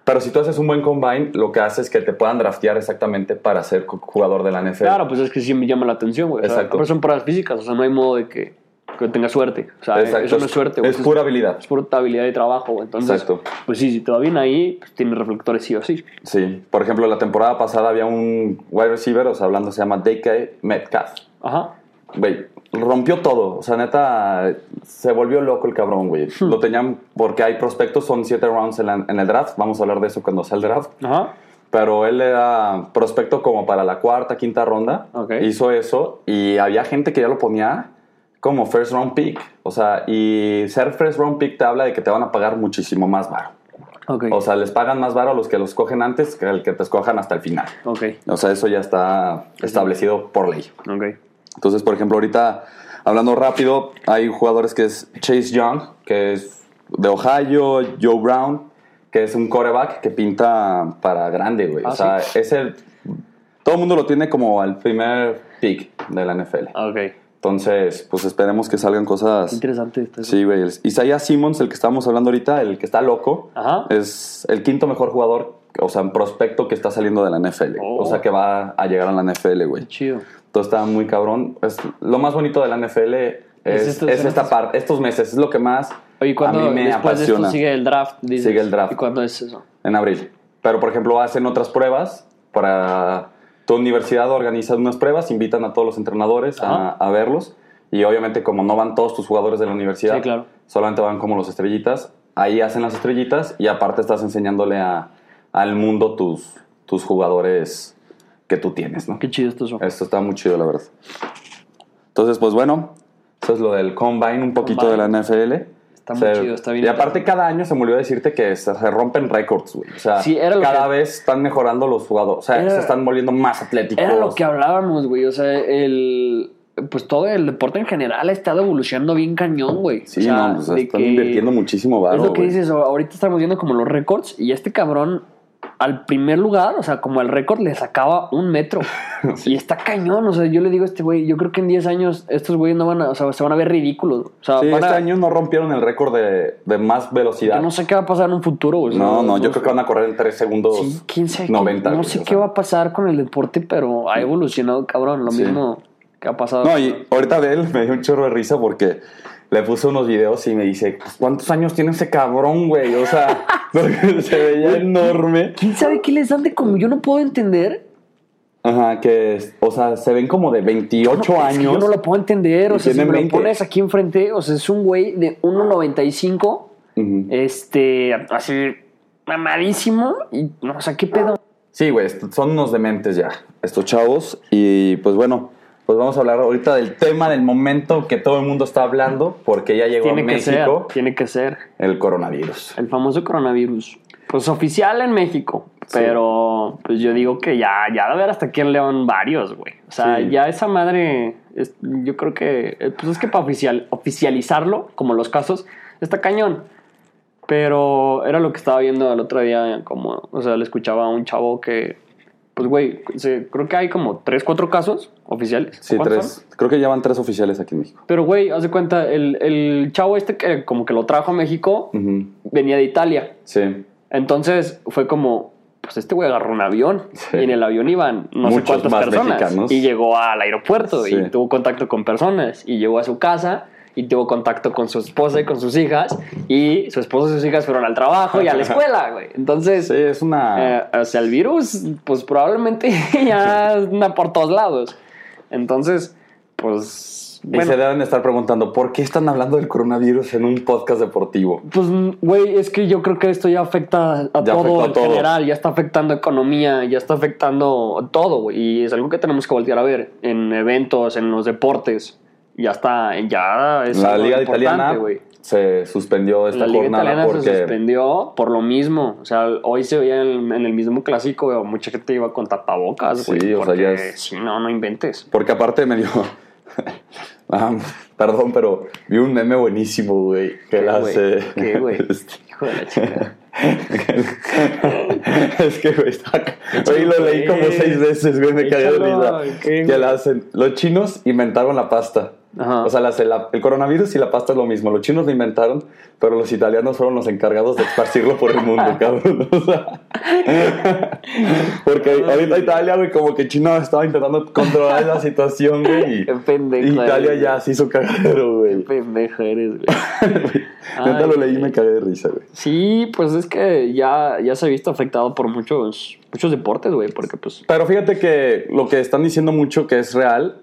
Pero si tú haces un buen combine, lo que haces es que te puedan draftear exactamente para ser cu- jugador de la NFL.
Claro, pues es que sí me llama la atención, güey. O sea,
Exacto.
pero son pruebas físicas, o sea, no hay modo de que, que tenga suerte. O sea,
Exacto.
eso no es suerte, güey.
Es
Eso
pura habilidad.
es pura habilidad de trabajo, güey. Entonces,
Exacto.
pues sí, si te va bien ahí, pues tiene reflectores sí o sí.
Sí. Por ejemplo, la temporada pasada había un wide receiver, o sea, hablando, se llama DK Metcalf.
Ajá.
Güey, rompió todo. O sea, neta, se volvió loco el cabrón, güey.
Hmm.
Lo tenían porque hay prospectos, son siete rounds en, la- en el draft. Vamos a hablar de eso cuando sea el draft.
Ajá.
pero él era prospecto como para la cuarta, quinta ronda.
Ok.
Hizo eso y había gente que ya lo ponía como first round pick. O sea, y ser first round pick te habla de que te van a pagar muchísimo más varo.
Ok.
O sea, les pagan más varo a los que los cogen antes que al que te escojan hasta el final.
ok.
O sea, eso ya está establecido por ley.
Ok.
Entonces, por ejemplo, ahorita, hablando rápido, hay jugadores que es Chase Young, que es de Ohio, Joe Brown, que es un coreback que pinta para grande, güey.
Ah,
o sea, es el... Todo el mundo lo tiene como el primer pick de la NFL.
Ok.
Entonces, pues esperemos que salgan cosas...
Interesante esto.
Sí, güey. El- Isaiah Simmons, el que estábamos hablando ahorita, el que está loco,
Ajá.
es el quinto mejor jugador, o sea, en prospecto que está saliendo de la NFL.
Oh.
O sea, que va a llegar a la NFL, güey.
Qué Chido.
Todo está muy cabrón. Es, lo más bonito de la NFL es,
Es estos-
es esta parte, estos meses. Es lo que más
Oye, cuando
a mí me
después de
apasiona
esto sigue el draft, dices?
Sigue el draft.
¿Y cuándo es eso?
en abril. Pero, por ejemplo, hacen otras pruebas para... Tu universidad organiza unas pruebas, invitan a todos los entrenadores a,
Ajá.
a verlos. Y obviamente, como no van todos tus jugadores de la universidad,
Sí, claro.
solamente van como los estrellitas. Ahí hacen las estrellitas y aparte estás enseñándole a- al mundo tus, tus jugadores que tú tienes, ¿no?
Qué chido esto eso.
Esto está muy chido, la verdad. Entonces, pues bueno, eso es lo del combine, un poquito
Combine.
de la NFL.
Está muy chido, está bien
Y aparte, cada año se me olvidó decirte que se, se rompen récords, güey. O sea,
Sí, era lo
cada
que-
vez están mejorando los jugadores. O sea,
Era-
se están volviendo más atléticos.
Era lo que hablábamos, güey. O sea, el. Pues todo el deporte en general ha estado evolucionando bien cañón, güey.
Sí,
o sea,
no, pues
de
están
que-
invirtiendo muchísimo
Es
barro,
lo que
güey.
dices, o- ahorita estamos viendo como los récords y este cabrón al primer lugar, o sea, como al récord le sacaba un metro.
<laughs>
Y está cañón, o sea, yo le digo a este güey, yo creo que en 10 años estos güeyes no van a, o sea, se van a ver ridículos. O sea,
Sí,
van a-
este año no rompieron el récord de, de más velocidad.
yo no sé qué va a pasar en un futuro, güey.
no, no, yo creo que van a correr en 3 segundos.
Sí, quién sabe qué-
90,
no
güey,
sé
o
qué
sea.
va a pasar con el deporte, pero ha evolucionado, cabrón, lo
Sí.
mismo que ha pasado.
No, y ahorita de él me dio un chorro de risa porque le puse unos videos y me dice, "Pues, ¿cuántos años tiene ese cabrón, güey? O sea, <laughs> porque se veía enorme.
¿Quién sabe qué les dan de comer? Yo no puedo entender.
Ajá, que, es- o sea, se ven como de 28
No, es que
años.
yo no lo puedo entender. O
Y
sea, si me
tienen
lo
20.
pones aquí enfrente, o sea, es un güey de 1.95,
Ujú.
este, así, mamadísimo. Y no, o sea, ¿qué pedo?
Sí, güey, est- son unos dementes ya, estos chavos. Y pues bueno, pues vamos a hablar ahorita del tema del momento que todo el mundo está hablando porque ya llegó
Tiene
a
que ser,
México
tiene que ser.
el coronavirus.
El famoso coronavirus. Pues oficial en México. Pero, pues yo digo que ya, ya de ver hasta aquí en León varios, güey. O sea,
Sí.
ya esa madre, es- yo creo que, eh, pues es que para oficial, oficializarlo, como los casos, está cañón. Pero era lo que estaba viendo el otro día, como, o sea, le escuchaba a un chavo que, pues güey, se- creo que hay como tres, cuatro casos oficiales.
Sí,
¿Cuántos son?
tres. Creo que ya van tres oficiales aquí en México.
Pero güey, haz de cuenta, el, el chavo este que como que lo trajo a México,
Ujú.
venía de Italia.
Sí.
Entonces fue como, pues este güey agarró un avión
Sí.
y en el avión iban no sé
Muchos
cuántas
más
personas
mexicanos.
y llegó al aeropuerto
Sí.
y tuvo contacto con personas y llegó a su casa y tuvo contacto con su esposa y con sus hijas y su esposa y sus hijas fueron al trabajo y a la escuela, güey. Entonces,
Sí, es una...
eh, o sea, el virus, pues <laughs> probablemente ya anda por todos lados. Entonces, pues
Y
bueno,
se deben estar preguntando, ¿por qué están hablando del coronavirus en un podcast deportivo?
pues, güey, es que yo creo que esto ya afecta a
Ya
todo
afecta a
en
todo.
general, ya está afectando economía, ya está afectando todo, güey, y es algo que tenemos que voltear a ver en eventos, en los deportes, ya está, ya es
La
algo
liga
importante,
italiana
güey.
se suspendió esta
la liga
jornada
italiana se
porque
suspendió por lo mismo. O sea, hoy se veía en, en el mismo clásico, güey, mucha gente iba con tapabocas, güey.
Sí, o sea,
porque
ya es-
sí, no, no inventes.
Porque aparte me dio. <laughs> Ah, perdón, pero vi un meme buenísimo, güey. Que
¿Qué,
la
güey?
hace.
¿Qué, güey?
<laughs> Este,
Hijo de la chica.
es que, güey, está.
Échalo,
Hoy lo leí como
güey.
seis veces, güey, me cagué de
Échalo,
risa.
¿qué,
Que
güey?
la hacen. Los chinos inventaron la pasta.
Ajá.
O sea, las- la- el coronavirus y la pasta es lo mismo. Los chinos lo inventaron, pero los italianos fueron los encargados de esparcirlo por el
<laughs>
mundo, cabrón. O sea, porque ahorita Italia, güey, como que China estaba intentando controlar la situación, güey. y-
Qué pendejo.
y Italia
eres,
ya se hizo cagadero,
güey.
güey.
Qué pendejo eres, güey.
Neta
Ay,
lo leí y
güey.
me cagué de risa, güey.
Sí, pues es que ya, ya se ha visto afectado por muchos, muchos deportes, güey. Porque pues.
Pero fíjate que lo que están diciendo mucho que es real,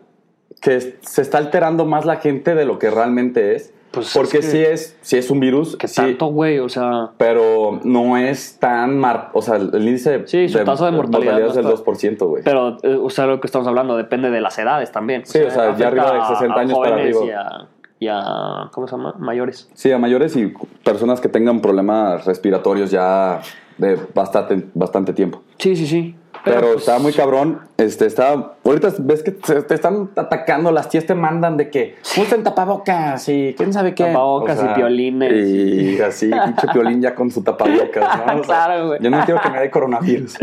que es- se está alterando más la gente de lo que realmente es.
Pues
porque
es que-
sí, es, sí es un virus,
Que
sí,
tanto, güey. O sea.
pero no es tan... Mar o sea, el índice de,
Sí, su tasa de mortalidad no
es del
está-
2%, güey.
Pero, eh, o sea, lo que estamos hablando depende de las edades también.
Sí, o sea, ya
afecta
arriba de 60 años para
jóvenes
arriba.
Y a, y a- ¿Cómo se llama? Mayores.
Sí, a mayores y personas que tengan problemas respiratorios ya de bastante, bastante tiempo.
Sí, sí, sí.
Pero,
pues,
está muy cabrón. Este, está. Ahorita ves que se- te están atacando, las tías te mandan de que usen tapabocas y quién sabe qué.
Tapabocas y piolines.
Y así, pinche piolín ya con su tapabocas.
<laughs>
¿no? O sea,
Claro, güey.
Yo no quiero que me dé
<laughs>
coronavirus.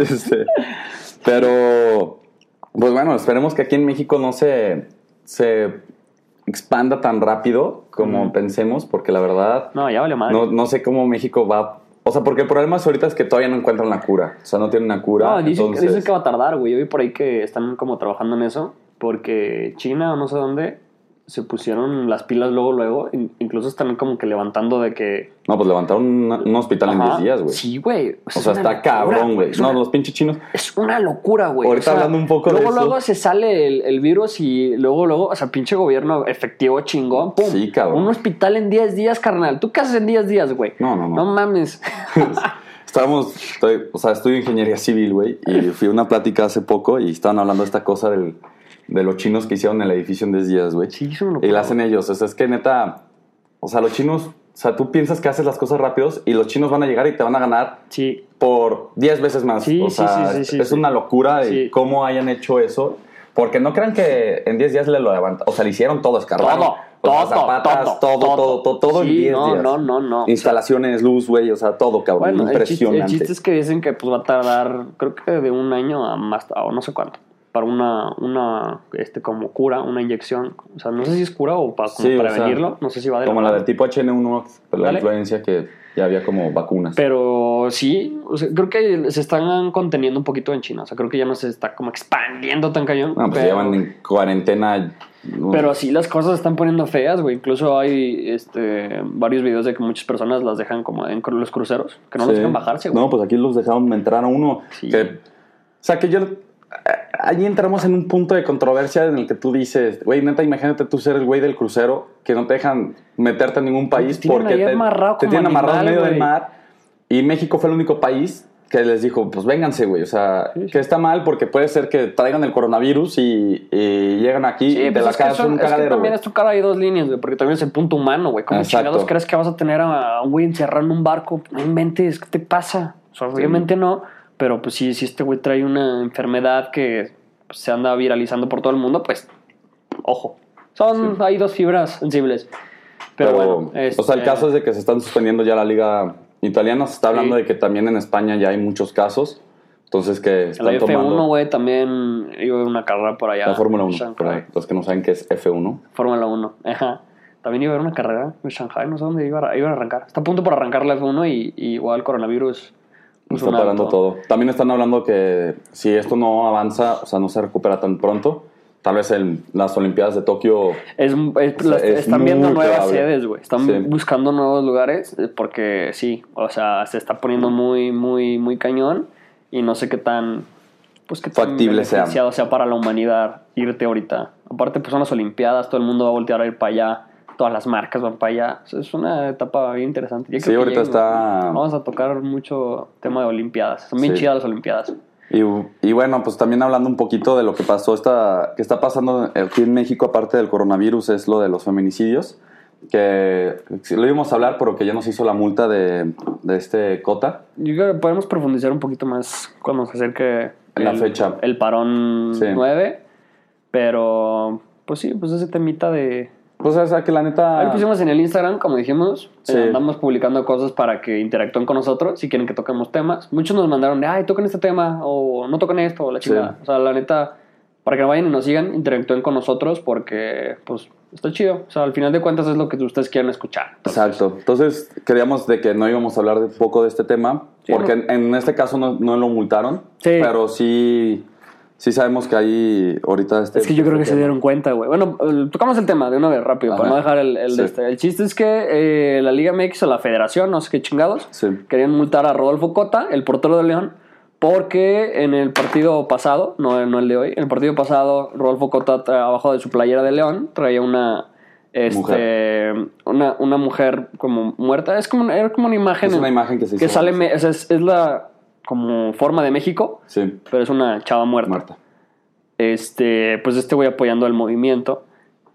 Este, pero, pues bueno, esperemos que aquí en México no se, se expanda tan rápido como
Ujú.
pensemos, porque la verdad.
No, ya vale madre.
No, no sé cómo México va. O sea, porque el problema es ahorita es que todavía no encuentran la cura. O sea, no tienen una cura.
No, dicen,
entonces,
dicen que va a tardar, güey. Yo vi por ahí que están como trabajando en eso. Porque China o no sé dónde se pusieron las pilas luego, luego. In- Incluso están como que levantando de que.
No, pues levantaron una- un hospital en
Ajá,
10 días, güey.
Sí, güey.
o sea,
es
está
una locura,
cabrón, güey.
Es
No,
una-
los pinches chinos.
Es una locura, güey.
Ahorita hablando un poco de
luego,
eso.
Luego, se sale el, el virus y luego, luego, o sea, pinche gobierno efectivo chingón. Pum.
Sí, cabrón.
Un hospital en 10 días, carnal. ¿Tú qué haces en 10 días, güey?
No, no, no.
No mames.
Estábamos, estoy- o sea, estudio ingeniería civil, güey,
<laughs>
y fui a una plática hace poco y estaban hablando de esta cosa del, de los chinos que hicieron el edificio en 10 días, güey.
Sí, es una
Y
locura,
la hacen ellos. O sea, es que neta, o sea, los chinos, o sea, tú piensas que haces las cosas rápidos y los chinos van a llegar y te van a ganar
Sí.
por 10 veces más.
Sí,
o
sí,
sea,
sí, sí, sí,
es
sí.
una locura de
Sí.
cómo hayan hecho eso. Porque no crean que en 10 días le lo levantaron. O sea, le hicieron todo, escarbaron.
Todo,
O sea,
todo,
zapatas,
todo,
todo, todo, todo, todo, en
Sí,
10
no,
días.
no, no, no.
Instalaciones, luz, güey, o sea, todo, cabrón.
Bueno, el chiste, el
impresionante.
chiste es que dicen que pues va a tardar, creo que de un año a más, o no sé cuánto, para una, una, este, como cura, una inyección. O sea, no sé si es cura o para, como
Sí, o sea,
prevenirlo. no sé si va de
Como la
mano.
del tipo HN1, la
Dale.
influencia que ya había como vacunas.
Pero sí, o sea, creo que se están conteniendo un poquito en China. O sea, creo que ya no se está como expandiendo tan cañón.
no, pues
pero,
llevan en cuarentena.
pero sí, las cosas se están poniendo feas, güey. Incluso hay este, varios videos de que muchas personas las dejan como en cru- los cruceros, que no los
Sí.
dejan bajarse, güey.
No, pues aquí los dejaron entrar a uno.
Sí.
que- o sea, que yo. a- Ahí entramos en un punto de controversia en el que tú dices, güey, neta, imagínate tú ser el güey del crucero que no te dejan meterte en ningún país
Pues tienen
porque
ahí
te,
amarrado
te
como
tienen amarrado en
animal,
medio del
güey.
mar. Y México fue el único país que les dijo, pues vénganse, güey. O sea,
Sí, sí.
que está mal porque puede ser que traigan el coronavirus y, y llegan aquí
Sí,
y te
pues
la
es que,
cagas
son-
en un
es que
cagadero.
también
güey.
es tocar ahí dos líneas, güey, porque también es el punto humano, güey. ¿Cómo
Exacto.
chingados crees que vas a tener a un güey encerrado en un barco? No inventes, ¿qué te pasa? O sea, obviamente no, pero pues sí, si este güey trae una enfermedad que pues, se anda viralizando por todo el mundo, pues, ojo. Son, hay dos fibras sensibles. Pero, bueno,
o sea, el
este,
caso es de que se están suspendiendo ya la liga italiana. Se está hablando
Sí.
de que también en España ya hay muchos casos. Entonces que
La
están
F1,
tomando
güey, también iba a haber una carrera por allá.
la Fórmula 1.
Shanghai.
Por ahí, los que no saben qué es F1.
Fórmula 1. <laughs> Ajá. También iba a haber una carrera en Shanghai, no sé dónde iba a, iban a arrancar. Está a punto por arrancar la F1 y, y igual el coronavirus. pues, puso
Está
un
parando
alto.
todo. También están hablando que si esto no avanza, o sea, no se recupera tan pronto, tal vez en las Olimpiadas de Tokio
Es, es-
O sea,
las-
es
están
muy
viendo nuevas
probable.
sedes, güey. Están
Sí.
buscando nuevos lugares eh, porque sí, o sea, se está poniendo muy, muy, muy cañón y no sé qué tan pues que
Factible sea.
beneficiado sea para la humanidad irte ahorita. Aparte, pues son las Olimpiadas, todo el mundo va a voltear a ir para allá, todas las marcas van para allá. O sea, es una etapa bien interesante. Yo
Sí,
creo que
ahorita está-
Vamos a tocar mucho tema de Olimpiadas. Son bien
Ah. Sí.
chidas las Olimpiadas.
Y, y bueno, pues también hablando un poquito de lo que pasó, esta, que está pasando aquí en México, aparte del coronavirus, es lo de los feminicidios, que lo íbamos a hablar, pero que ya nos hizo la multa de, de este Cota.
Yo creo que podemos profundizar un poquito más cuando se acerque
La fecha.
El parón
Sí.
9. Pero, pues sí, pues ese temita de.
Pues o sea, que la
Ahí
neta...
pusimos en el Instagram, como dijimos. eh,
Sí.
andamos publicando cosas para que interactúen con nosotros si quieren que toquemos temas. Muchos nos mandaron de, ay, toquen este tema, o no toquen esto, o la
Sí.
chingada. O sea, la neta, para que vayan y nos sigan, interactúen con nosotros porque, pues, está chido. O sea, al final de cuentas es lo que ustedes quieran escuchar.
Exacto. Entonces queríamos de que no íbamos a hablar de poco de este tema,
Sí,
porque en, en este caso no, no lo multaron,
Sí.
pero sí, sí sabemos que ahí ahorita este...
Es que yo creo que se
tema.
dieron cuenta, güey. Bueno, eh, tocamos el tema de una vez rápido para
Ajá.
no dejar el, el de
Sí.
este. El chiste es que eh, la Liga MX o la Federación, no sé qué chingados,
Sí.
querían multar a Rodolfo Cota, el portero de León, porque en el partido pasado, no, no el de hoy, en el partido pasado, Rodolfo Cota, tra- abajo de su playera de León, traía una. Este, Una, una mujer como muerta. Es como, una- era como una imagen.
Es una imagen que se hizo.
sale. me- o sea, es, es la como forma de México,
Sí,
pero es una chava muerta
Marta.
este, pues este güey apoyando al movimiento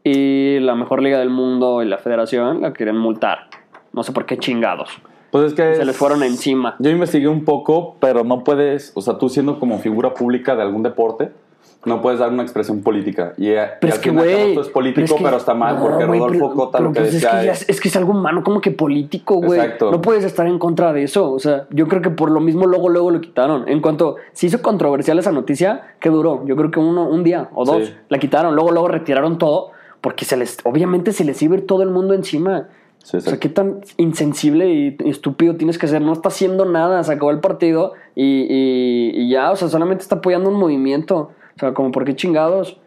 y la mejor liga del mundo y la federación la quieren multar. No sé por qué chingados.
Pues es que...
Se les fueron
encima
encima.
Yo investigué un poco, pero no puedes, o sea, tú siendo como figura pública de algún deporte, no puedes dar una expresión política. Y, eh, y
Pero es
al
que,
final
güey.
esto es político,
es que-
pero está mal,
no,
porque
güey,
Rodolfo
pero-
Cota lo
pero
que
pues
decía
es que, ya
es-
es, es que es algo humano, como que político, güey.
Exacto.
No puedes estar en contra de eso. O sea, yo creo que por lo mismo luego, luego lo quitaron. En cuanto se hizo controversial esa noticia, que duró, yo creo que uno, un día o dos,
Sí.
la quitaron, luego, luego retiraron todo, porque se les, obviamente se les iba a ir todo el mundo encima.
Sí,
O sea,
exacto.
qué tan insensible y estúpido tienes que ser. No está haciendo nada, se acabó el partido y, y- y ya, o sea, solamente está apoyando un movimiento. O sea, como por qué chingados.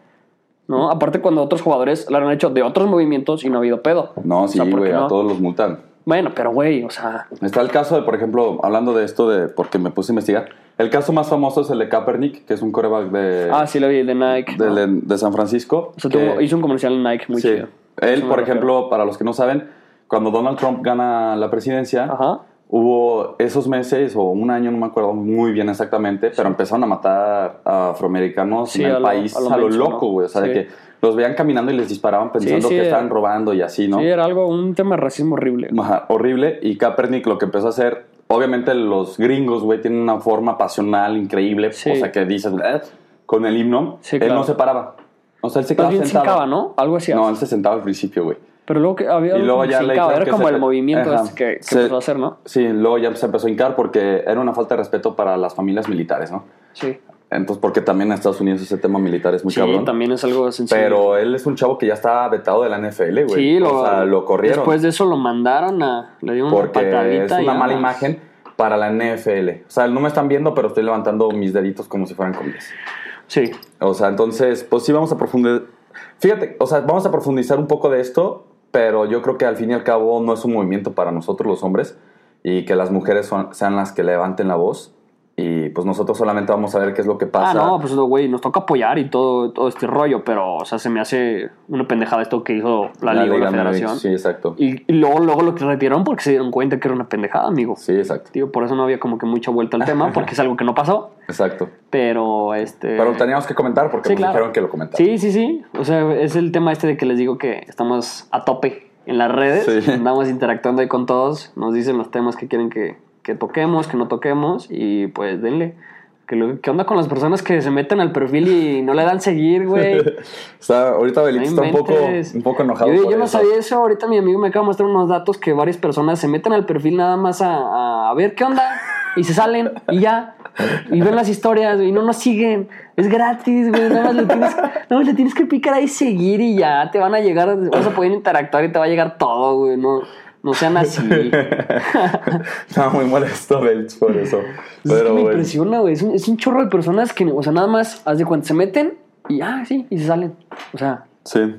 ¿No? Aparte cuando otros jugadores lo han hecho de otros movimientos y no ha habido pedo.
No,
O
sí,
sea, ¿por
güey,
qué
a
no?
todos los multan.
Bueno, pero güey, o sea,
Está el caso de, por ejemplo, hablando de esto, de porque me puse a investigar, el caso más famoso es el de Kaepernick, que es un coreback de,
ah, sí lo vi, el de Nike.
del-
¿no?
de, San Francisco.
O sea,
que-
tuvo- hizo un comercial en Nike muy
sí.
chido. Eso
Él,
me
por
refiero.
ejemplo, para los que no saben, cuando Donald Trump gana la presidencia,
Ajá.
Hubo esos meses o un año, no me acuerdo muy bien exactamente, pero empezaron a matar a afroamericanos
Sí,
en el
a lo-
país
a
a
lo
lo,
menso,
loco,
¿no?
güey. O sea,
Sí.
de que los veían caminando y les disparaban pensando
sí,
que
eh.
estaban robando y así, ¿no?
Sí, eh. era algo, un tema de racismo horrible.
Ajá, horrible. Y Kaepernick lo que empezó a hacer, obviamente los gringos, güey, tienen una forma pasional increíble.
Sí.
O sea, que dices, "Eh", con el himno,
Sí,
él
claro.
no se paraba. O sea, él se
Más
quedaba
bien se
sentado.
hincaba, ¿no? Algo así.
No, él se sentaba al principio, güey.
Pero luego que había
Y
algo
luego
como que
ya
se
le
hincaba,
dijeron
era
que
como
se-
el movimiento
Ajá.
este que, que
Se-
empezó a hacer, ¿no?
Sí, luego ya se empezó a hincar porque era una falta de respeto para las familias militares, ¿no?
Sí.
Entonces, porque también en Estados Unidos ese tema militar es muy
Sí,
cabrón.
también es algo sencillo.
Pero él es un chavo que ya está vetado de la NFL, güey.
sí, lo,
o sea, lo corrieron.
Después de eso lo mandaron a. Le dieron una
porque
patadita.
es
y
una
ya
mala
más.
imagen para la NFL. O sea, no me están viendo, pero estoy levantando mis deditos como si fueran comillas.
Sí.
O sea, entonces, pues sí vamos a profundizar. Fíjate, o sea, vamos a profundizar un poco de esto, pero yo creo que al fin y al cabo no es un movimiento para nosotros los hombres y que las mujeres son- sean las que levanten la voz y pues nosotros solamente vamos a ver qué es lo que pasa.
ah, no, pues no, güey, nos toca apoyar y todo, todo este rollo, pero, o sea, se me hace una pendejada esto que hizo la, Liga, o
Liga
la
MX,
Federación.
Sí, exacto.
Y, y luego, luego lo que retiraron porque se dieron cuenta que era una pendejada, amigo.
Sí, exacto.
Digo, por eso no había como que mucha vuelta al tema, porque es algo que no pasó,
Exacto.
pero este.
Pero teníamos que comentar porque
Sí,
nos
claro.
dijeron que lo comentara.
Sí, sí, sí. O sea, es el tema este de que les digo que estamos a tope en las redes.
Sí.
Andamos interactuando ahí con todos. Nos dicen los temas que quieren que, que toquemos, que no toquemos. Y pues denle. Que lo- ¿Qué onda con las personas que se meten al perfil y no le dan seguir, güey?
O sea, ahorita
No
Belito está un poco,
inventes.
un poco enojado.
Yo,
por
yo no
eso.
sabía eso. Ahorita mi amigo me acaba de mostrar unos datos que varias personas se meten al perfil nada más a, a ver qué onda y se salen y ya. Y ven las historias y no nos siguen. Es gratis, güey. Nada más le tienes, nada más le tienes que picar ahí seguir y ya. Te van a llegar, vas a poder interactuar y te va a llegar todo, güey. No, no
<laughs>
sean así.
<laughs> Estaba muy molesto Belch por eso.
<laughs> es que
Pero
me
bueno.
impresiona, güey. Es un, es un chorro de personas que, o sea, nada más, haz de cuenta, se meten y ya, sí, y se salen. O sea,
Sí.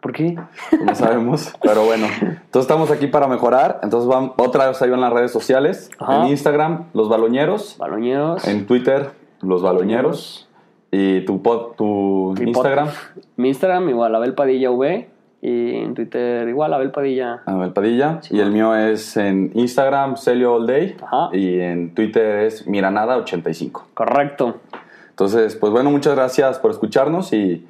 ¿por qué?
No sabemos, pero bueno. Entonces estamos aquí para mejorar. Entonces van otra vez ahí van las redes sociales.
Ajá.
En Instagram, los baloñeros.
Baloñeros.
En Twitter, los baloñeros. Y tu, pod- tu
Mi
Instagram.
podcast. Mi Instagram igual, Abel Padilla V. Y en Twitter igual, Abel Padilla.
Abel Padilla. y el mío es en Instagram, Celio All Day.
Ajá.
Y en Twitter es Miranada85.
Correcto.
Entonces, pues bueno, muchas gracias por escucharnos y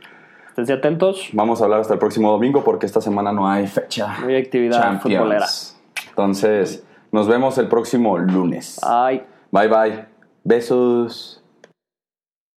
Esténse atentos.
vamos a hablar hasta el próximo domingo porque esta semana no hay fecha.
Muy actividad
Champions.
futbolera.
Entonces, nos vemos el próximo lunes.
Ay.
Bye bye. Besos.